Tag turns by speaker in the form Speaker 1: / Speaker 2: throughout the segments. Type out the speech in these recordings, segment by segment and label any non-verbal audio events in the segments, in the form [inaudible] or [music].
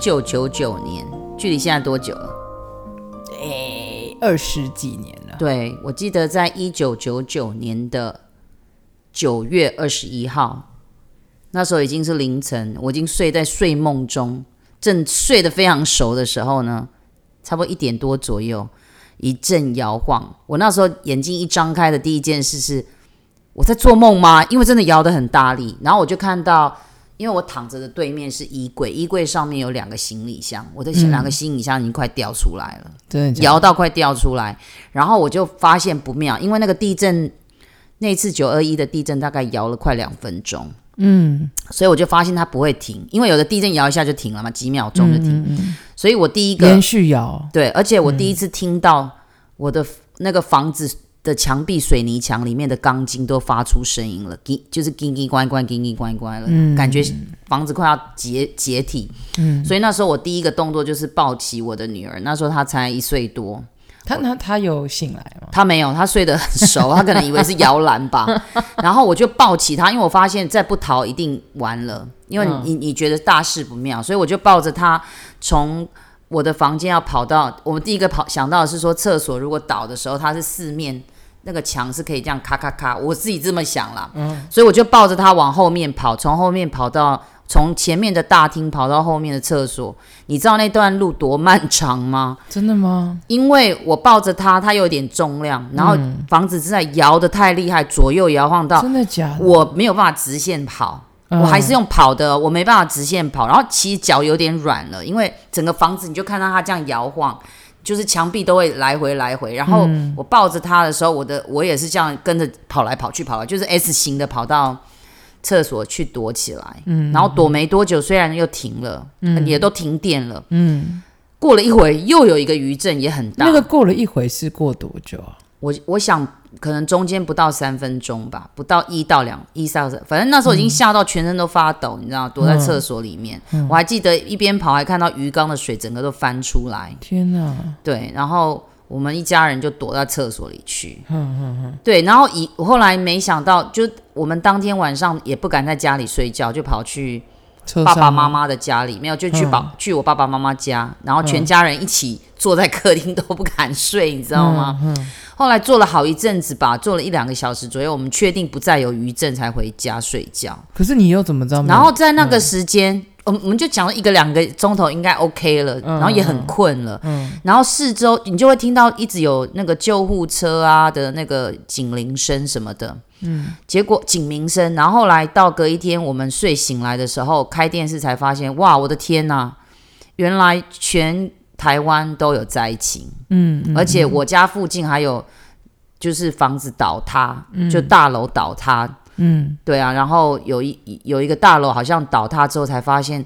Speaker 1: 九九九年，距离现在多久了？
Speaker 2: 诶，二十几年了，
Speaker 1: 对，我记得在一九九九年的九月二十一号，那时候已经是凌晨，我已经睡在睡梦中，正睡得非常熟的时候呢，差不多一点多左右，一阵摇晃。我那时候眼睛一张开的第一件事是，我在做梦吗？因为真的摇得很大力，然后我就看到。因为我躺着的对面是衣柜，衣柜上面有两个行李箱，我的两个行李箱已经快掉出来了。
Speaker 2: 真的假的
Speaker 1: 摇到快掉出来，然后我就发现不妙，因为那个地震，那次九二一的地震大概摇了快两分钟，
Speaker 2: 嗯，
Speaker 1: 所以我就发现它不会停，因为有的地震摇一下就停了嘛，几秒钟就停，
Speaker 2: 嗯嗯嗯
Speaker 1: 所以我第一个
Speaker 2: 连续摇，
Speaker 1: 对，而且我第一次听到我的那个房子的墙壁水泥墙里面的钢筋都发出声音了，叽就是叽叽关关，叽叽关关了，
Speaker 2: 嗯
Speaker 1: 感觉房子快要解解体，
Speaker 2: 嗯，
Speaker 1: 所以那时候我第一个动作就是抱起我的女儿，那时候她才一岁多，
Speaker 2: 他他他有醒来吗？
Speaker 1: 他没有，他睡得很熟，他可能以为是摇篮
Speaker 2: [laughs]
Speaker 1: 吧。然后我就抱起他，因为我发现再不逃一定完了，因为你、
Speaker 2: 嗯
Speaker 1: 你你觉得大事不妙，所以我就抱着他从我的房间要跑到我们第一个跑想到的是说厕所如果倒的时候，它是四面那个墙是可以这样咔咔咔，我自己这么想啦，
Speaker 2: 嗯
Speaker 1: 所以我就抱着他往后面跑，从后面跑到从前面的大厅跑到后面的厕所，你知道那段路多漫长吗？
Speaker 2: 真的吗？
Speaker 1: 因为我抱着它，它有点重量，
Speaker 2: 嗯
Speaker 1: 然后房子真的摇得太厉害，左右摇晃到
Speaker 2: 真的假的？
Speaker 1: 我没有办法直线跑，
Speaker 2: 嗯
Speaker 1: 我还是用跑的，我没办法直线跑。然后其实脚有点软了，因为整个房子你就看到它这样摇晃，就是墙壁都会来回来回。然后
Speaker 2: 嗯
Speaker 1: 我抱着它的时候，我的我也是这样跟着跑来跑去跑来，就是 S 型的跑到厕所去躲起来。嗯，然后躲没多久，虽然又停了，也都停电了。
Speaker 2: 嗯，
Speaker 1: 过了一会，又有一个余震，也很大。
Speaker 2: 那个过了一回是过多久啊？
Speaker 1: 我我想可能中间不到三分钟吧，不到一到两一到三，反正那时候已经吓到全身都发抖，你知道，躲在厕所里面。我还记得一边跑还看到鱼缸的水整个都翻出来，
Speaker 2: 天哪！
Speaker 1: 对，然后我们一家人就躲到厕所里去。嗯嗯嗯，对，然后以我后来没想到，就我们当天晚上也不敢在家里睡觉，就跑去
Speaker 2: 车
Speaker 1: 爸
Speaker 2: 上
Speaker 1: 爸妈
Speaker 2: 吗
Speaker 1: 妈的家里，没有就去爸、去我爸爸妈妈家，然后全家人一起坐在客厅都不敢睡，你知道吗？后来坐了好一阵子吧，坐了一两个小时左右，我们确定不再有余震才回家睡觉。
Speaker 2: 可是你又怎么知道没有？
Speaker 1: 然后在那个时间，我们我们就讲了一个两个钟头，应该 OK 了，
Speaker 2: 嗯
Speaker 1: 然后也很困了。
Speaker 2: 嗯
Speaker 1: 然后四周你就会听到一直有那个救护车啊的那个警铃声什么的，嗯，结果警鸣声，然后后来到隔一天我们睡醒来的时候，开电视才发现，哇，我的天呐、原来全台湾都有灾情，
Speaker 2: 嗯嗯
Speaker 1: 而且我家附近还有就是房子倒塌，就大楼倒塌，
Speaker 2: 嗯，
Speaker 1: 对啊，然后有一有一个大楼好像倒塌之后才发现，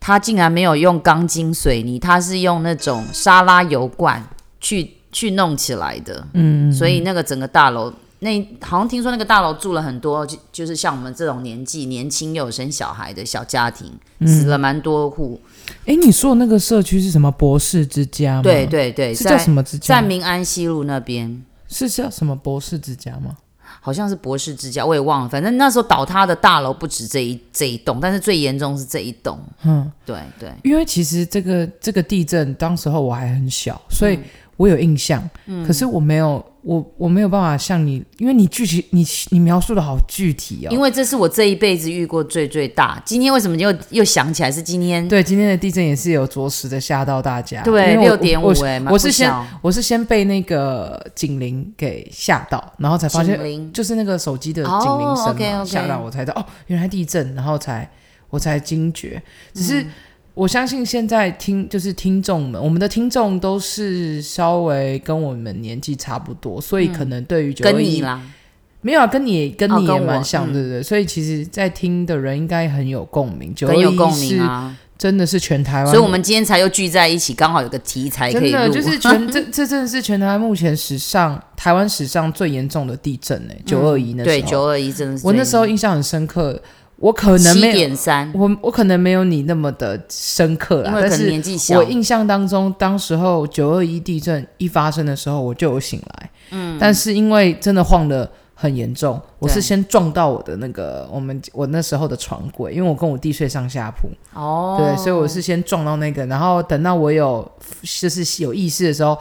Speaker 1: 它竟然没有用钢筋水泥，它是用那种沙拉油罐去去弄起来的。嗯，所以那个整个大楼，那好像听说那个大楼住了很多，就就是像我们这种年纪年轻又有生小孩的小家庭，
Speaker 2: 嗯
Speaker 1: 死了蛮多户。
Speaker 2: 哎，你说的那个社区是什么？博士之家吗？
Speaker 1: 对，对对，
Speaker 2: 嗯是叫
Speaker 1: 在
Speaker 2: 什么之家？
Speaker 1: 在民安西路那边。
Speaker 2: 是叫什么博士之家
Speaker 1: 嗯
Speaker 2: 吗？
Speaker 1: 好像是博士之家，我也忘了。反正那时候倒塌的大楼不止这一这一栋，但是最严重是这一栋。
Speaker 2: 嗯，
Speaker 1: 对对，
Speaker 2: 因为其实这个这个地震，当时候我还很小，所
Speaker 1: 嗯
Speaker 2: 以我有印象，可是我没有我我没有办法像你，因为你具体你你描述的好具体哦。
Speaker 1: 因为这是我这一辈子遇过最最大。今天为什么又又想起来是今天？
Speaker 2: 对今天的地震也是有着实的吓到大家，
Speaker 1: 对
Speaker 2: 因为我
Speaker 1: 六点五
Speaker 2: 我是
Speaker 1: 哎，蛮
Speaker 2: 我是
Speaker 1: 不
Speaker 2: 先
Speaker 1: 小
Speaker 2: 我是先被那个警铃给吓到，然后才发现
Speaker 1: 警铃
Speaker 2: 就是那个手机的警铃
Speaker 1: 哦
Speaker 2: 声嘛，
Speaker 1: ，OK，OK
Speaker 2: 吓、到我才知道哦，原来地震，然后才我才惊觉。只
Speaker 1: 嗯
Speaker 2: 是、我相信现在听就是听众们，我们的听众都是稍微跟我们年纪差不多，所以可能对于
Speaker 1: 嗯跟
Speaker 2: 921
Speaker 1: 你啦，
Speaker 2: 没有、啊、跟你跟
Speaker 1: 哦
Speaker 2: 你
Speaker 1: 跟
Speaker 2: 也
Speaker 1: 我
Speaker 2: 蛮像，
Speaker 1: 嗯
Speaker 2: 对不对？所以其实，在听的人应该很有共鸣，九
Speaker 1: 很有共鸣
Speaker 2: 是
Speaker 1: 啊。
Speaker 2: 真的是全台湾，
Speaker 1: 所以我们今天才又聚在一起，刚好有个题材可
Speaker 2: 真
Speaker 1: 以
Speaker 2: 的
Speaker 1: 录。
Speaker 2: 就是
Speaker 1: [laughs]
Speaker 2: 全这这真的是全台湾目前史上台湾史上最严重的地震哎、九二一那时候。
Speaker 1: 嗯对九二一真的是
Speaker 2: 我那时候印象很深刻，我可能
Speaker 1: 七
Speaker 2: 没有
Speaker 1: 点三，
Speaker 2: 我我可能没有你那么的深刻啦
Speaker 1: 因，为
Speaker 2: 啊但
Speaker 1: 可能
Speaker 2: 是
Speaker 1: 年纪小
Speaker 2: 我，印象当中，当时候九二一地震一发生的时候，我就有醒来，嗯，但是因为真的晃了。很严重，我
Speaker 1: 对
Speaker 2: 是先撞到我的那个我们我那时候的床柜，因为我跟我弟睡上下铺，
Speaker 1: 哦，
Speaker 2: 对，所以我是先撞到那个，然后等到我有就是有意识的时候，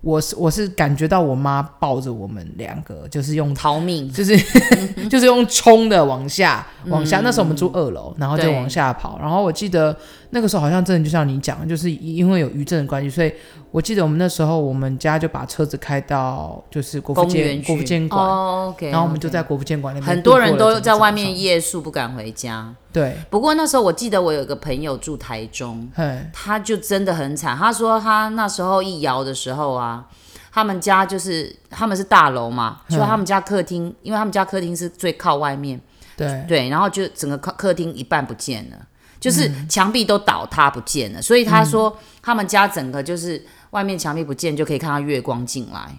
Speaker 2: 我是我是感觉到我妈抱着我们两个，就是用
Speaker 1: 逃命，
Speaker 2: 就是 [laughs] 就是用冲的往下往下。那时候我们住二楼，然后就
Speaker 1: 对
Speaker 2: 往下跑。然后我记得那个时候好像真的就像你讲，的，就是因为有余震的关系，所以我记得我们那时候我们家就把车子开到就是国父
Speaker 1: 公
Speaker 2: 监
Speaker 1: 园
Speaker 2: 国父
Speaker 1: 去
Speaker 2: 监馆。
Speaker 1: 哦，OK，
Speaker 2: 然后我们就在国父监馆那边，
Speaker 1: 很多人都在外面。夜宿，不敢回家。
Speaker 2: 对，
Speaker 1: 不过那时候我记得我有个朋友住台中，
Speaker 2: 嘿，
Speaker 1: 他就真的很惨。他说他那时候一摇的时候啊，他们家就是他们是大楼嘛，
Speaker 2: 嗯
Speaker 1: 就他们家客厅，因为他们家客厅是最靠外面，
Speaker 2: 对，
Speaker 1: 对，然后就整个客客厅一半不见了，就是墙壁都倒塌不见了。所以他说
Speaker 2: 嗯
Speaker 1: 他们家整个就是外面墙壁不见，就可以看到月光进来。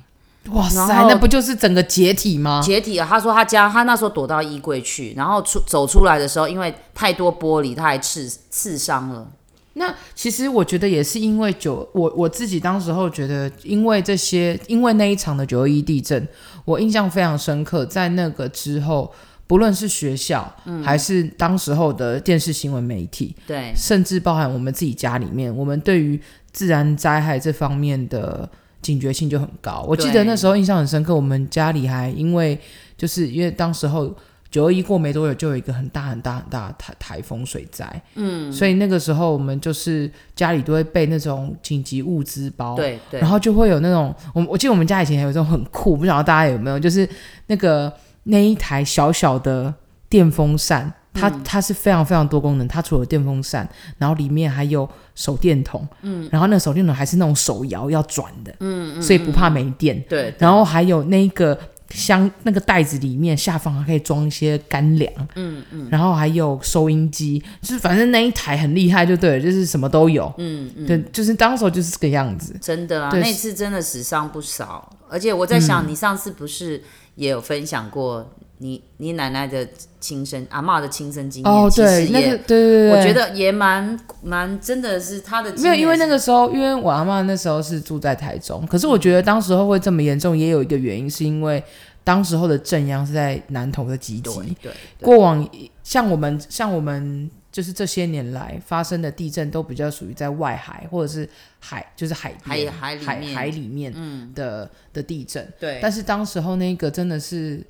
Speaker 2: 哇塞，
Speaker 1: 然后
Speaker 2: 那不就是整个解体吗？
Speaker 1: 解体了。他说他家他那时候躲到衣柜去，然后出走出来的时候，因为太多玻璃，他还刺刺伤了。
Speaker 2: 那其实我觉得也是因为九，我我自己当时候觉得，因为这些，因为那一场的九一地震，我印象非常深刻。在那个之后，不论是学校，还是当时候的电视新闻媒体，
Speaker 1: 对，
Speaker 2: 甚至包含我们自己家里面，我们对于自然灾害这方面的警觉性就很高。我记得
Speaker 1: 对
Speaker 2: 那时候印象很深刻，我们家里还因为就是因为当时候九二一过没多久，就有一个很大很大很大的台台风水灾，嗯，所以那个时候我们就是家里都会备那种紧急物资包，
Speaker 1: 对对
Speaker 2: 哦然，后就会有那种，我我记得我们家以前还有一种很酷，不晓得大家有没有，就是那个那一台小小的电风扇，它、它是非常非常多功能，它除了有电风扇，然后里面还有手电筒，嗯，然后那个手电筒还是那种手摇要转的，嗯所以不怕没电，
Speaker 1: 对
Speaker 2: 然后还有那个箱那个袋子里面下方还可以装一些干粮，嗯嗯，然后还有收音机，就是反正那一台很厉害就对了，就是什么都有，嗯嗯，对，就是当时候就是这个样子。
Speaker 1: 真的啊，
Speaker 2: 对嗯
Speaker 1: 那次真的死伤不少。而且我在想，你上次不是也有分享过你你奶奶的亲身阿嬷的亲身经验？
Speaker 2: 哦，
Speaker 1: 其
Speaker 2: 对，
Speaker 1: 实
Speaker 2: 那
Speaker 1: 也、
Speaker 2: 个对对对，
Speaker 1: 我觉得也蛮蛮真的是她的经
Speaker 2: 没有，
Speaker 1: 验
Speaker 2: 因为那
Speaker 1: 是
Speaker 2: 个时候，因为我阿嬷那时候是住在台中，可是我觉得当时候会这么严重，也有一个原因，是因为当时候的正央是在南投的集集，
Speaker 1: 对对对
Speaker 2: 过往像我们像我们就是这些年来发生的地震都比较属于在外海或者是海就是海边
Speaker 1: 海海里
Speaker 2: 海
Speaker 1: 面嗯
Speaker 2: 海里面的、的地震，
Speaker 1: 对，
Speaker 2: 但是当时候那个真的是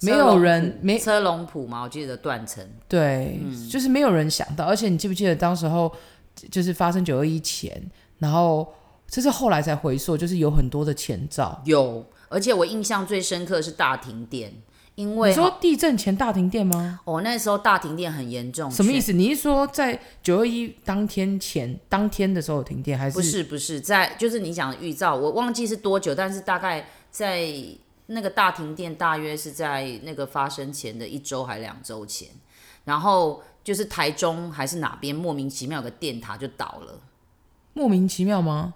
Speaker 2: 没
Speaker 1: 车
Speaker 2: 有
Speaker 1: 龙
Speaker 2: 人
Speaker 1: 埔
Speaker 2: 没
Speaker 1: 车龙埔嘛，我记得断层，
Speaker 2: 对，
Speaker 1: 嗯
Speaker 2: 就是没有人想到。而且你记不记得当时候就是发生九二一前，然后这是后来才回溯，就是有很多的前兆。
Speaker 1: 有，而且我印象最深刻是大停电，因为
Speaker 2: 你说地震前大停电吗？
Speaker 1: 哦那时候大停电很严重，
Speaker 2: 什么
Speaker 1: 全
Speaker 2: 意？思？你是说在九二一当天前当天的时候有停电，还
Speaker 1: 不是不是，在就是你讲的预兆，我忘记是多久，但是大概在那个大停电大约是在那个发生前的一周还两周前，然后就是台中还是哪边莫名其妙有个电塔就倒了。
Speaker 2: 莫名其妙吗？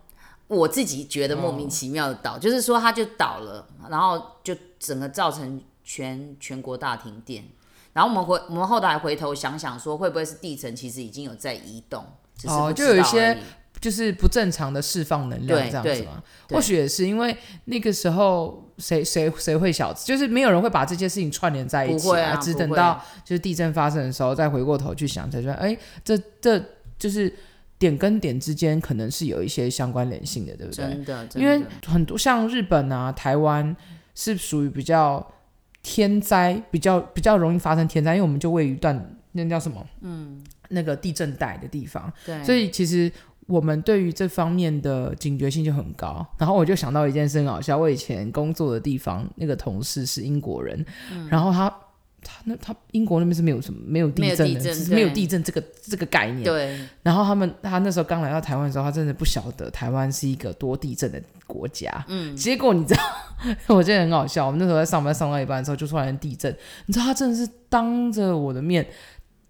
Speaker 1: 我自己觉得莫名
Speaker 2: 哦
Speaker 1: 其妙的倒，就是说它就倒了，然后就整个造成全全国大停电。然后我们回我们后来回头想想，说会不会是地层其实已经有在移动，只是
Speaker 2: 哦
Speaker 1: 不知
Speaker 2: 就有一
Speaker 1: 道而
Speaker 2: 些
Speaker 1: 已
Speaker 2: 就是不正常的释放能量
Speaker 1: 对
Speaker 2: 这样
Speaker 1: 对
Speaker 2: 子吗？
Speaker 1: 对
Speaker 2: 或许也是因为那个时候谁谁谁会晓，就是没有人会把这些事情串联在一起、
Speaker 1: 不会啊
Speaker 2: 只
Speaker 1: 不
Speaker 2: 等
Speaker 1: 会
Speaker 2: 到就是地震发生的时候再回过头去想，才说哎，这这就是点跟点之间可能是有一些相关联性的，对不对？
Speaker 1: 真的，真
Speaker 2: 因为
Speaker 1: 的
Speaker 2: 很多像日本啊、台湾是属于比较天灾，比较比较容易发生天灾，因为我们就位于断那叫什么，嗯，那个地震带的地方。
Speaker 1: 对，
Speaker 2: 所以其实我们对于这方面的警觉性就很高。然后我就想到一件事很好笑，我以前工作的地方那个同事是英国人，然后他他那他英国那边是没有什么没有地震
Speaker 1: 没有
Speaker 2: 的，
Speaker 1: 地震
Speaker 2: 只是
Speaker 1: 对
Speaker 2: 没有地震这个这个概念。
Speaker 1: 对
Speaker 2: 然后他们他那时候刚来到台湾的时候，他真的不晓得台湾是一个多地震的国家。嗯，结果你知道， [laughs] 我觉得很好笑。我们那时候在上班上到一半的时候，就突然地震，你知道他真的是当着我的面。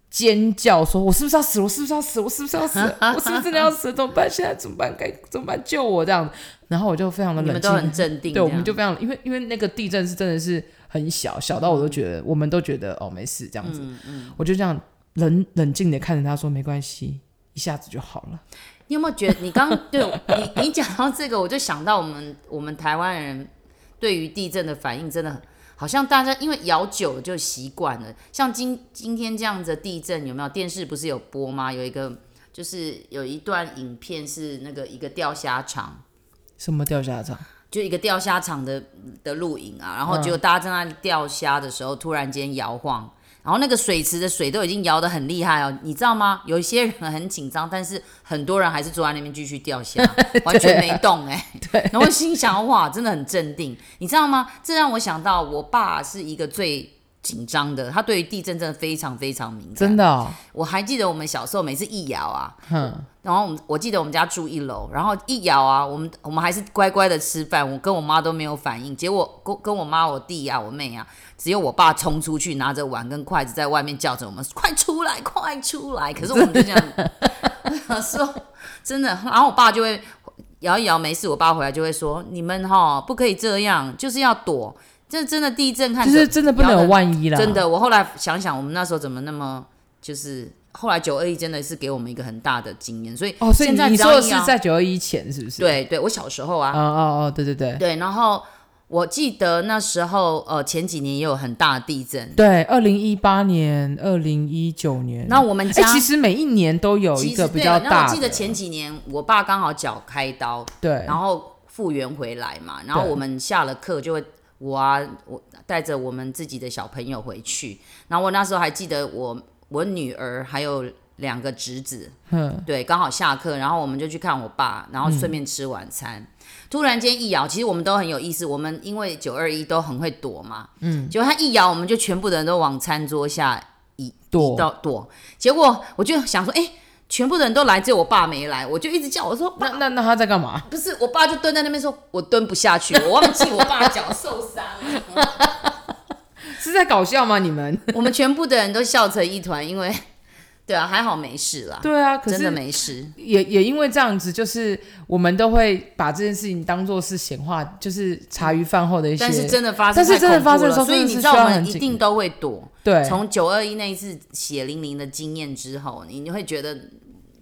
Speaker 2: 尖叫说：“我是不是要死？我是不是要死？我是不是要死？我是不是真的要死？怎么办？现在怎么办？该怎么办？救我！”这样，然后我就非常的
Speaker 1: 你
Speaker 2: 冷
Speaker 1: 们
Speaker 2: 静
Speaker 1: 都，很镇定这
Speaker 2: 对，
Speaker 1: 样，
Speaker 2: 我们就非常，因为因为那个地震是真的是很小，小到我都觉得，我们都觉得哦没事这样子，
Speaker 1: 嗯
Speaker 2: 我就这样冷冷静的看着他说没关系，一下子就好了。
Speaker 1: 你有没有觉得你刚 [laughs] 对你你讲到这个，我就想到我们我们台湾人对于地震的反应真的很好像大家因为摇久了就习惯了。像今今天这样子的地震，有没有电视不是有播吗？有一个就是有一段影片是那个一个钓虾场，
Speaker 2: 什么掉下场？
Speaker 1: 就一个钓虾场的的录影啊，然后
Speaker 2: 嗯
Speaker 1: 结果大家在那里钓虾的时候，突然间摇晃，然后那个水池的水都已经摇得很厉害哦，你知道吗？有一些人很紧张，但是很多人还是坐在那边继续钓
Speaker 2: [laughs]
Speaker 1: 虾，完全没动哎、对， [laughs] 然后心想哇，真的很镇定，你知道吗？这让我想到我爸是一个最。紧张的，他对于地震真的非常非常敏感。
Speaker 2: 真的、哦，
Speaker 1: 我还记得我们小时候每次一摇啊，
Speaker 2: 哼，
Speaker 1: 然后我们我记得我们家住一楼，然后一摇啊，我们我们还是乖乖的吃饭，我跟我妈都没有反应。结果跟跟我妈、我弟啊、我妹啊，只有我爸冲出去拿着碗跟筷子在外面叫着我们：“快出来，快出
Speaker 2: [laughs]
Speaker 1: 来！”可是我们就这样，我想说真的，然后我爸就会摇一摇，没事。我爸回来就会说：“你们哈不可以这样，就是要躲。这真的地震看，
Speaker 2: 就是真的不能有万一啦。
Speaker 1: 真，的，我后来想想，我们那时候怎么那么就是。后来九二一真的是给我们一个很大的经验，所以
Speaker 2: 哦，所以
Speaker 1: 现在
Speaker 2: 你
Speaker 1: 只要
Speaker 2: 说的
Speaker 1: 一
Speaker 2: 是
Speaker 1: 摇
Speaker 2: 在九二一前是不是？，
Speaker 1: 啊对对，我小时候
Speaker 2: 哦
Speaker 1: 啊，
Speaker 2: 哦哦，对对对
Speaker 1: 对，然后我记得那时候呃前几年也有很大的地震，
Speaker 2: 对，二零一八年、二零一九年，
Speaker 1: 那我们
Speaker 2: 哎、
Speaker 1: 家、
Speaker 2: 其实每一年都有
Speaker 1: 其
Speaker 2: 一
Speaker 1: 实
Speaker 2: 个比较
Speaker 1: 对那
Speaker 2: 大
Speaker 1: 我记
Speaker 2: 的，
Speaker 1: 得前几年我爸刚好脚开刀，
Speaker 2: 对，
Speaker 1: 然后复原回来嘛，然后我们下了课就会。我啊，我带着我们自己的小朋友回去，然后我那时候还记得我我女儿还有两个侄子，
Speaker 2: 哼，
Speaker 1: 对，刚好下课，然后我们就去看我爸，然后
Speaker 2: 嗯
Speaker 1: 顺便吃晚餐。突然间一摇，其实我们都很有意思，我们因为九二一都很会躲嘛，嗯，结果他一摇，我们就全部的人都往餐桌下移
Speaker 2: 躲
Speaker 1: 移到躲。结果我就想说，哎、全部的人都来，只有我爸没来，我就一直叫我说，爸
Speaker 2: 那那那他在干嘛？ [laughs]
Speaker 1: 不是，我爸就蹲在那边说，我蹲不下去，我忘记我爸脚受伤了。 [laughs]
Speaker 2: 是在搞笑吗？你们？ [laughs]
Speaker 1: 我们全部的人都笑成一团，因为对啊，还好没事啦，
Speaker 2: 对啊，可
Speaker 1: 真的
Speaker 2: 是
Speaker 1: 没事。
Speaker 2: 也也因为这样子，就是我们都会把这件事情当做是闲话，就是茶余饭后的一些，
Speaker 1: 但是真的发生，
Speaker 2: 但是真的
Speaker 1: 太恐怖
Speaker 2: 发生的
Speaker 1: 了
Speaker 2: 时候
Speaker 1: 所以
Speaker 2: 真的
Speaker 1: 你
Speaker 2: 是
Speaker 1: 知道
Speaker 2: 需
Speaker 1: 我
Speaker 2: 要
Speaker 1: 们
Speaker 2: 很
Speaker 1: 一
Speaker 2: 警
Speaker 1: 定都会躲。
Speaker 2: 对，
Speaker 1: 从九二一那一次血淋淋的经验之后，你你会觉得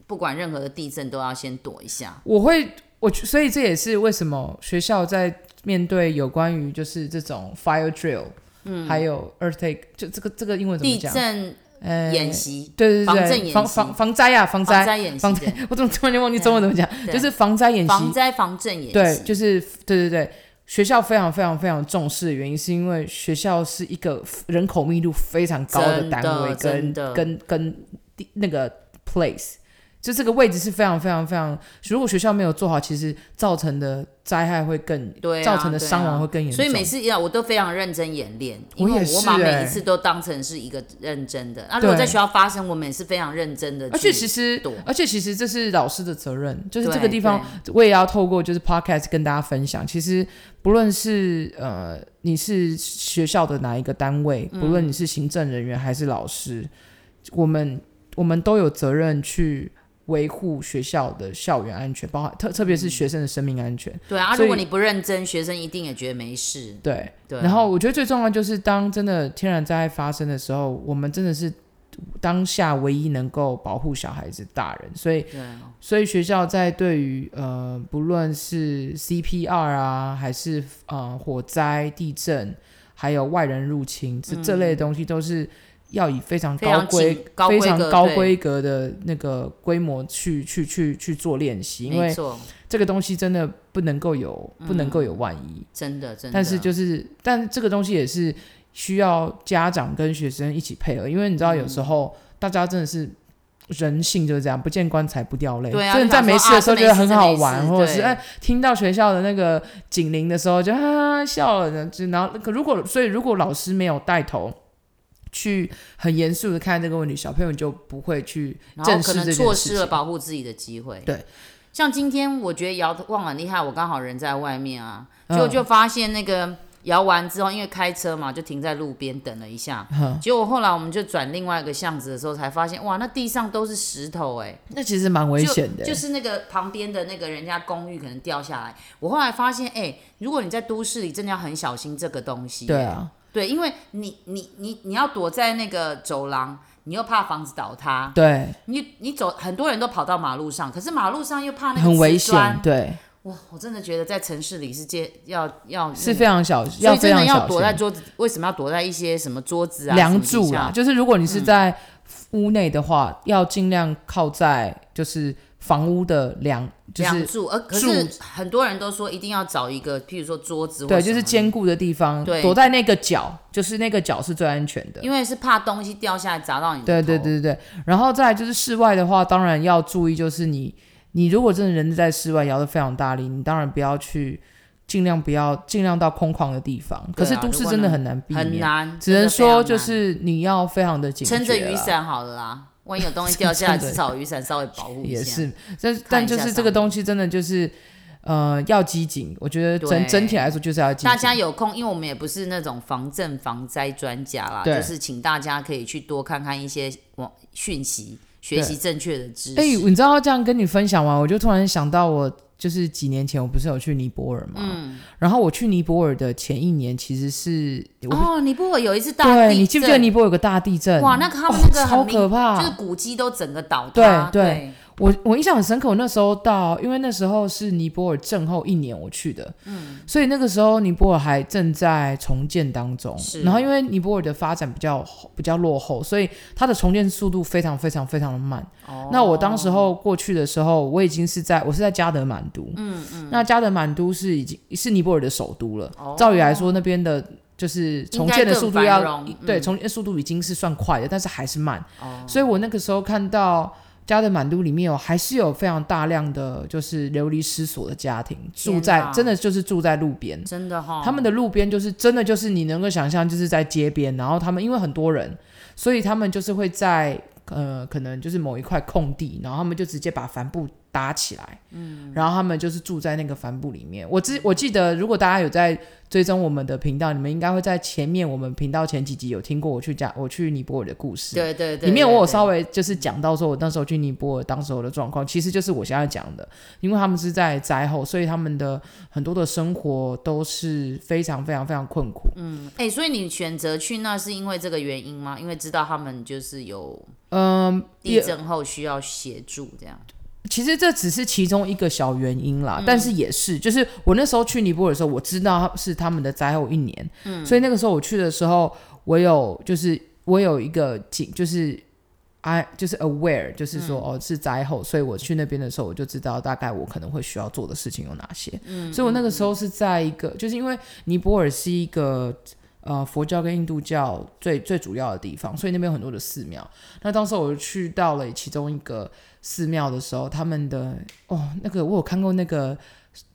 Speaker 1: 不管任何的地震都要先躲一下。
Speaker 2: 我会，我所以这也是为什么学校在面对有关于就是这种 fire drill，嗯，还有 earthquake，就这个这个英文怎么
Speaker 1: 地
Speaker 2: 讲？
Speaker 1: 震
Speaker 2: 呃
Speaker 1: 演习、
Speaker 2: 对对对，
Speaker 1: 防震演习
Speaker 2: 防防防灾啊，
Speaker 1: 防
Speaker 2: 防灾，
Speaker 1: 灾演习
Speaker 2: 防
Speaker 1: 对、
Speaker 2: 我怎么突然间忘记中文怎么讲？
Speaker 1: 对
Speaker 2: 就是防灾演
Speaker 1: 防
Speaker 2: 习，
Speaker 1: 灾防震演
Speaker 2: 对，
Speaker 1: 习，
Speaker 2: 就是对对对。学校非常非常非常重视的原因，是因为学校是一个人口密度非常高
Speaker 1: 真的
Speaker 2: 单位，跟
Speaker 1: 真的
Speaker 2: 跟跟地那个 place，就这个位置是非常非常非常。如果学校没有做好，其实造成的灾害会更，
Speaker 1: 对啊
Speaker 2: 造成的伤亡会更严重。
Speaker 1: 所以每次一来我都非常认真演练，因
Speaker 2: 我
Speaker 1: 为
Speaker 2: 也是
Speaker 1: 我把每
Speaker 2: 欸
Speaker 1: 一次都当成是一个认真的。那、啊如果
Speaker 2: 对
Speaker 1: 在学校发生，我们也是非常认真的。
Speaker 2: 而且其实
Speaker 1: 躲，
Speaker 2: 而且其实这是老师的责任，就是
Speaker 1: 对
Speaker 2: 这个地方，我也要透过就是 podcast 跟大家分享。其实不论是呃你是学校的哪一个单位，不论你是行政人员还是老师，我们我们都有责任去维护学校的校园安全，包含特特别是学生的生命安全。
Speaker 1: 对对啊，
Speaker 2: 所
Speaker 1: 如
Speaker 2: 以
Speaker 1: 果你不认真，学生一定也觉得没事。
Speaker 2: 对，
Speaker 1: 对啊，
Speaker 2: 然后我觉得最重要就是，当真的天然灾害发生的时候，我们真的是当下唯一能够保护小孩子、大人。所以，
Speaker 1: 对啊
Speaker 2: 所以学校在对于呃，不论是 CPR 啊，还是呃火灾、地震，还有外人入侵这、这类的东西，都是要以非常
Speaker 1: 嗯非常
Speaker 2: 高规
Speaker 1: 紧、高
Speaker 2: 非
Speaker 1: 规
Speaker 2: 常
Speaker 1: 格
Speaker 2: 高
Speaker 1: 对
Speaker 2: 规格的那个规模去去去去做练习，因
Speaker 1: 没
Speaker 2: 为
Speaker 1: 错，嗯
Speaker 2: 这个东西真的不能够有不能够有万一。
Speaker 1: 真的真的。
Speaker 2: 但是就是，但这个东西也是需要家长跟学生一起配合，因为你知道有时候
Speaker 1: 嗯
Speaker 2: 大家真的是。人性就是这样，不见棺材不掉泪。
Speaker 1: 对啊
Speaker 2: 真的在
Speaker 1: 就想
Speaker 2: 没事的时
Speaker 1: 说啊
Speaker 2: 候觉
Speaker 1: 这
Speaker 2: 得
Speaker 1: 没
Speaker 2: 很
Speaker 1: 事
Speaker 2: 好
Speaker 1: 这没
Speaker 2: 玩，
Speaker 1: 事
Speaker 2: 或者是
Speaker 1: 对
Speaker 2: 哎听到学校的那个警铃的时候就哈哈哈笑了，就然后可如果所以如果老师没有带头去很严肃的看待这个问题，小朋友就不会去
Speaker 1: 然后
Speaker 2: 正
Speaker 1: 哦可
Speaker 2: 视这
Speaker 1: 能
Speaker 2: 件
Speaker 1: 错
Speaker 2: 事
Speaker 1: 失
Speaker 2: 情。
Speaker 1: 了保护自己的机会。
Speaker 2: 对，
Speaker 1: 像今天我觉得摇忘了很厉害，我刚好人在外面啊，结
Speaker 2: 嗯
Speaker 1: 果就发现那个摇完之后，因为开车嘛，就停在路边等了一下。结果后来我们就转另外一个巷子的时候，才发现哇，那地上都是石头哎、
Speaker 2: 那其实蛮危
Speaker 1: 就
Speaker 2: 险的，
Speaker 1: 就是那个旁边的那个人家公寓可能掉下来。我后来发现，哎、如果你在都市里，真的要很小心这个东西。欸
Speaker 2: 对啊，
Speaker 1: 对，因为你你你你要躲在那个走廊，你又怕房子倒塌，
Speaker 2: 对，
Speaker 1: 你你走，很多人都跑到马路上，可是马路上又怕那个
Speaker 2: 很危
Speaker 1: 瓷砖
Speaker 2: 险，。对。
Speaker 1: 哇，我真的觉得在城市里是接要要
Speaker 2: 是非常小，
Speaker 1: 所以
Speaker 2: 非
Speaker 1: 真的
Speaker 2: 常
Speaker 1: 要
Speaker 2: 小
Speaker 1: 躲在
Speaker 2: 心。
Speaker 1: 桌子，为什么要躲在一些什么桌子啊、
Speaker 2: 梁
Speaker 1: 什么底
Speaker 2: 柱
Speaker 1: 下嗯
Speaker 2: 啦，就是如果你是在屋内的话，要尽量靠在就是房屋的梁，就是
Speaker 1: 梁柱，呃，可是
Speaker 2: 柱
Speaker 1: 很多人都说一定要找一个，譬如说桌子或
Speaker 2: 对，
Speaker 1: 什
Speaker 2: 就是
Speaker 1: 么
Speaker 2: 坚固的地方，
Speaker 1: 对
Speaker 2: 躲在那个角，就是那个角是最安全的。
Speaker 1: 因为是怕东西掉下来砸到你的
Speaker 2: 对对
Speaker 1: 头，
Speaker 2: 对对，对然后再来就是室外的话，当然要注意，就是你你如果真的人在室外摇得非常大力，你当然不要去，尽量不要尽量到空旷的地方。可
Speaker 1: 对
Speaker 2: 是
Speaker 1: 啊
Speaker 2: 都市
Speaker 1: 如果
Speaker 2: 真的
Speaker 1: 能
Speaker 2: 很难避
Speaker 1: 很
Speaker 2: 免，
Speaker 1: 难，
Speaker 2: 只
Speaker 1: 真
Speaker 2: 能
Speaker 1: 的非常
Speaker 2: 说就
Speaker 1: 难
Speaker 2: 是你要非常的警觉啦，
Speaker 1: 撑着雨伞好了啦，万一有东西掉下来，至少有雨伞稍微保护一下。
Speaker 2: 也是，但是
Speaker 1: 看
Speaker 2: 但
Speaker 1: 一
Speaker 2: 就
Speaker 1: 下
Speaker 2: 是这
Speaker 1: 上
Speaker 2: 个
Speaker 1: 面
Speaker 2: 东西真的就是。呃，要机警，我觉得整
Speaker 1: 对
Speaker 2: 整体来说就是要机警。
Speaker 1: 大家有空，因为我们也不是那种防震防灾专家啦，
Speaker 2: 对
Speaker 1: 就是请大家可以去多看看一些网讯息，学习正确的知识。
Speaker 2: 哎、你知道这样跟你分享完，我就突然想到我。就是几年前，我不是有去尼泊尔嘛，
Speaker 1: 嗯
Speaker 2: 然后我去尼泊尔的前一年，其实是我不、
Speaker 1: 哦，尼泊尔有一次大地震，
Speaker 2: 对你记不记得尼泊尔有个大地震？
Speaker 1: 哇，那个他们
Speaker 2: 哦
Speaker 1: 那个很
Speaker 2: 超
Speaker 1: 明
Speaker 2: 可怕，
Speaker 1: 就是古迹都整个倒塌，
Speaker 2: 对
Speaker 1: 对
Speaker 2: 我我印象很深刻，我那时候到，因为那时候是尼泊尔震后一年我去的，嗯，所以那个时候尼泊尔还正在重建当中
Speaker 1: 是。
Speaker 2: 然后因为尼泊尔的发展比较比较落后，所以它的重建速度非常非常非常的慢。
Speaker 1: 哦
Speaker 2: 那我当时候过去的时候，我已经是在我是在加德满都，嗯嗯，那加德满都是已经是尼泊尔的首都了。
Speaker 1: 哦
Speaker 2: 照理来说，那边的就是重建的速度
Speaker 1: 应该更
Speaker 2: 要
Speaker 1: 繁荣嗯
Speaker 2: 对重建速度已经是算快的，但是还是慢。
Speaker 1: 哦
Speaker 2: 所以我那个时候看到加德满都里面有还是有非常大量的就是流离失所的家庭住
Speaker 1: 天
Speaker 2: 在
Speaker 1: 哪
Speaker 2: 真的就是住在路边。
Speaker 1: 真的哈、
Speaker 2: 他们的路边就是真的就是你能够想象，就是在街边，然后他们因为很多人，所以他们就是会在呃，可能就是某一块空地，然后他们就直接把帆布搭起来，嗯，然后他们就是住在那个帆布里面。我记我记得，如果大家有在追踪我们的频道，你们应该会在前面我们频道前几集有听过我去加我去尼泊尔的故事，
Speaker 1: 对对对，
Speaker 2: 里面
Speaker 1: 对
Speaker 2: 我有
Speaker 1: 对
Speaker 2: 稍微就是讲到说，我那时候去尼泊尔当时候的状况，其实就是我现在讲的，因为他们是在灾后，所以他们的很多的生活都是非常非常非常困苦。
Speaker 1: 哎、所以你选择去那是因为这个原因吗？因为知道他们就是有
Speaker 2: 嗯，
Speaker 1: 地震后需要协助这样。
Speaker 2: 其实这只是其中一个小原因啦，
Speaker 1: 嗯
Speaker 2: 但是也是，就是我那时候去尼泊尔的时候，我知道是他们的灾后一年，所以那个时候我去的时候，我有就是我有一个警，就是。I 就是 aware，就是说、哦是灾后，所以我去那边的时候我就知道大概我可能会需要做的事情有哪些。所以我那个时候是在一个，就是因为尼泊尔是一个呃佛教跟印度教最最主要的地方，所以那边有很多的寺庙。那当时我去到了其中一个寺庙的时候，他们的哦那个我有看过那个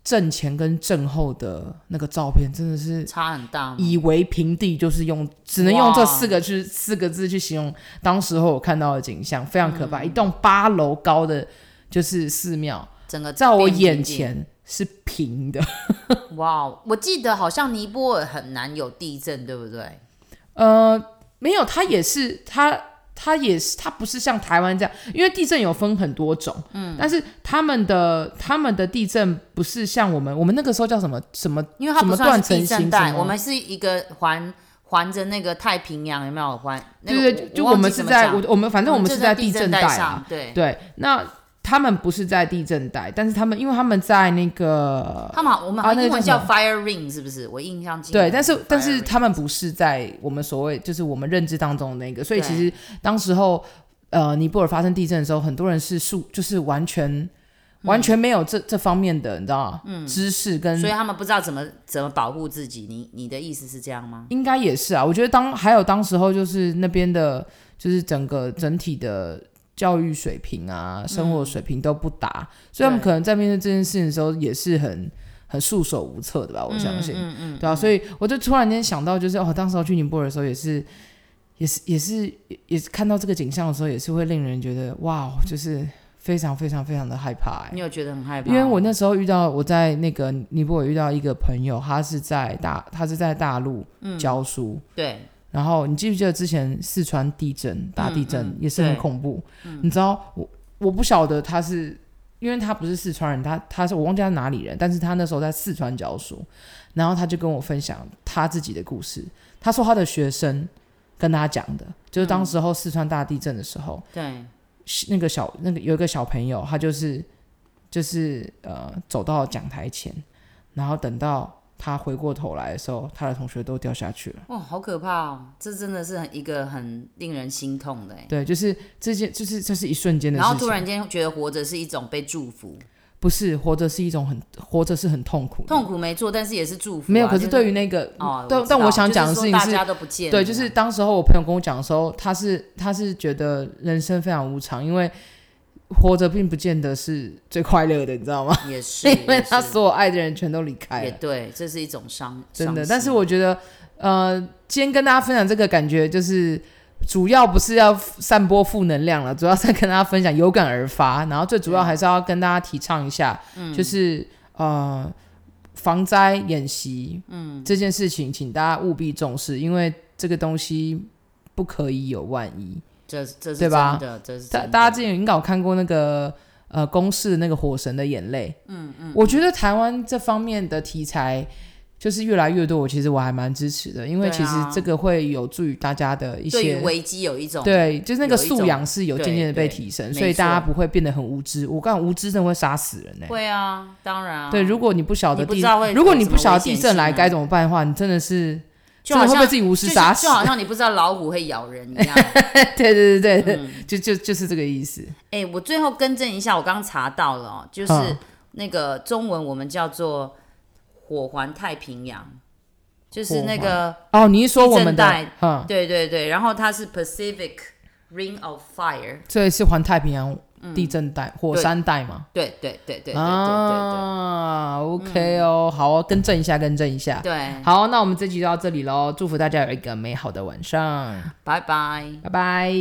Speaker 2: 阵前跟阵后的那个照片，真的是
Speaker 1: 差很大吗？
Speaker 2: 以为平地，就是用只能用这
Speaker 1: 嗯哇
Speaker 2: 四个去四个字去形容当时候我看到的景象，非常可
Speaker 1: 嗯
Speaker 2: 怕。一栋八楼高的就是寺庙，
Speaker 1: 整个
Speaker 2: 在我
Speaker 1: 变
Speaker 2: 眼
Speaker 1: 平地，
Speaker 2: 前是平的。 [laughs]
Speaker 1: 哇！我记得好像尼泊尔很难有地震，对不对？
Speaker 2: 呃，没有，它也是它。它也是，它不是像台湾这样，因为地震有分很多种，嗯，但是他们的他们的地震不是像我们，我们那个时候叫什么什么
Speaker 1: 因为它
Speaker 2: 什
Speaker 1: 不
Speaker 2: 么
Speaker 1: 算
Speaker 2: 断
Speaker 1: 是
Speaker 2: 层
Speaker 1: 地震
Speaker 2: 形
Speaker 1: 带，
Speaker 2: 成，
Speaker 1: 我们是一个环环着那个太平洋，有没有环？那
Speaker 2: 对
Speaker 1: 个
Speaker 2: 对，对就
Speaker 1: 我
Speaker 2: 们是
Speaker 1: 我
Speaker 2: 在
Speaker 1: 忘
Speaker 2: 我
Speaker 1: 记
Speaker 2: 我们反
Speaker 1: 怎么讲嗯
Speaker 2: 正我们
Speaker 1: 就是在
Speaker 2: 地震
Speaker 1: 震
Speaker 2: 带啊
Speaker 1: 上，对，
Speaker 2: 对，那他们不是在地震带，但是他们因为他们在那个
Speaker 1: 他们好我们
Speaker 2: 啊
Speaker 1: 好像
Speaker 2: 那个
Speaker 1: 英文
Speaker 2: 叫
Speaker 1: 叫
Speaker 2: 什
Speaker 1: fire ring，是不是？我印象
Speaker 2: 对，但是但
Speaker 1: fire
Speaker 2: 是
Speaker 1: ring
Speaker 2: 他们不是在我们所谓就是我们认知当中的那个，所以
Speaker 1: 对
Speaker 2: 其实当时候呃尼泊尔发生地震的时候，很多人是数就是完全。完全没有这这方面的，你知道吗？嗯，知识跟
Speaker 1: 嗯所以他们不知道怎么怎么保护自己。你你的意思是这样吗？
Speaker 2: 应该也是啊。我觉得当还有当时候就是那边的，就是整个整体的教育水平啊、生活水平都不达，所以他们
Speaker 1: 对
Speaker 2: 可能在面对这件事情的时候也是很很束手无策的吧。我相信，嗯嗯对啊，所以我就突然间想到，就是哦，当时候去宁波尔的时候也是。也是也是也也是看到这个景象的时候，也是会令人觉得哇，就是非常非常非常的害怕、欸。
Speaker 1: 你有觉得很害怕
Speaker 2: 因
Speaker 1: 吗？
Speaker 2: 为我那时候遇到我在那个尼泊尔遇到一个朋友，他是在大他是在大陆
Speaker 1: 嗯
Speaker 2: 教书，
Speaker 1: 对
Speaker 2: 然后你记不记得之前四川地震大地震、
Speaker 1: 嗯嗯
Speaker 2: 也是很
Speaker 1: 对嗯
Speaker 2: 恐怖？你知道我我不晓得他是因为他不是四川人，他他是我忘记他哪里人，但是他那时候在四川教书，然后他就跟我分享他自己的故事，他说他的学生跟他讲的，就是
Speaker 1: 嗯
Speaker 2: 当时候四川大地震的时候，
Speaker 1: 对，
Speaker 2: 那个小那个有一个小朋友，他就是就是呃走到讲台前，然后等到他回过头来的时候，他的同学都掉下去了。
Speaker 1: 哇，好可怕哦！这真的是很一个很令人心痛的哎。
Speaker 2: 对，就是这件，就是这是一瞬间的
Speaker 1: 然
Speaker 2: 事情。
Speaker 1: 后突然间觉得活着是一种被祝福，
Speaker 2: 不是活着是一种很活着是很痛苦的，
Speaker 1: 痛苦没错，但是也是祝福啊、
Speaker 2: 没有。可
Speaker 1: 就是
Speaker 2: 对于那个，
Speaker 1: 哦，
Speaker 2: 但
Speaker 1: 知
Speaker 2: 但
Speaker 1: 道
Speaker 2: 我想讲的
Speaker 1: 就是
Speaker 2: 事
Speaker 1: 说
Speaker 2: 情
Speaker 1: 大家都不见了，
Speaker 2: 对，就是当时候我朋友跟我讲的时候，他是他是觉得人生非常无常，因为活着并不见得是最快乐的，你知道吗？
Speaker 1: 也是，
Speaker 2: [laughs] 因为他
Speaker 1: 也是
Speaker 2: 所有爱的人全都离开
Speaker 1: 也
Speaker 2: 了，
Speaker 1: 对，这是一种伤，
Speaker 2: 真
Speaker 1: 伤
Speaker 2: 的。
Speaker 1: 心
Speaker 2: 但是我觉得，呃，今天跟大家分享这个感觉，就是主要不是要散播负能量了，主要是跟大家分享有感而发，然后最主要还是要跟大家提倡一下，
Speaker 1: 嗯
Speaker 2: 就是呃。防灾演习，嗯，这件事情，请大家务必重视，因为这个东西不可以有万一。
Speaker 1: 这这是
Speaker 2: 对吧
Speaker 1: 真的，这是
Speaker 2: 大
Speaker 1: 真的
Speaker 2: 大家之前应该有看过那个呃公式的那个《火神的眼泪》，嗯嗯，我觉得台湾这方面的题材就是越来越多，我其实我还蛮支持的，因为
Speaker 1: 对
Speaker 2: 其实
Speaker 1: 啊
Speaker 2: 这个会有助于大家的一
Speaker 1: 对于
Speaker 2: 些。
Speaker 1: 危机有一种
Speaker 2: 对，就是那个
Speaker 1: 有一种
Speaker 2: 素养是有渐渐的被
Speaker 1: 对对
Speaker 2: 提升，
Speaker 1: 没
Speaker 2: 所以大家
Speaker 1: 错
Speaker 2: 不会变得很无知。我感觉无知真的会杀死人呢、
Speaker 1: 会啊，当然啊、
Speaker 2: 对，如果你不晓得
Speaker 1: 你不
Speaker 2: 地
Speaker 1: 知道会，
Speaker 2: 如果
Speaker 1: 有
Speaker 2: 你
Speaker 1: 什
Speaker 2: 不
Speaker 1: 么
Speaker 2: 晓得
Speaker 1: 危
Speaker 2: 地
Speaker 1: 险啊
Speaker 2: 震来
Speaker 1: 性啊
Speaker 2: 该怎么办的话，你真的是
Speaker 1: 就
Speaker 2: 真的
Speaker 1: 好
Speaker 2: 会被
Speaker 1: 像
Speaker 2: 自己无
Speaker 1: 就
Speaker 2: 私
Speaker 1: 是
Speaker 2: 杀死
Speaker 1: 就。好像你不知道老虎会咬人一样。
Speaker 2: [laughs] 对对对对，
Speaker 1: 嗯
Speaker 2: 就就就是这个意思。
Speaker 1: 哎、我最后更正一下，我刚刚查到了、哦，就是
Speaker 2: 嗯
Speaker 1: 那个中文我们叫做“火环太平洋”，就是
Speaker 2: 火
Speaker 1: 那
Speaker 2: 环
Speaker 1: 个
Speaker 2: 哦，你是说我
Speaker 1: 地
Speaker 2: 们
Speaker 1: 震带
Speaker 2: 的，嗯，
Speaker 1: 对对对，然后它是 Pacific Ring of Fire，
Speaker 2: 这是环太平洋地震带、火山带嘛？
Speaker 1: 对对嗯对对对对对对
Speaker 2: 啊，OK 哦，好哦，更正一下，更正一下。
Speaker 1: 对，
Speaker 2: 好，
Speaker 1: 嗯
Speaker 2: 那我们这集就到这里喽，祝福大家有一个美好的晚上，
Speaker 1: 拜拜。
Speaker 2: 拜拜。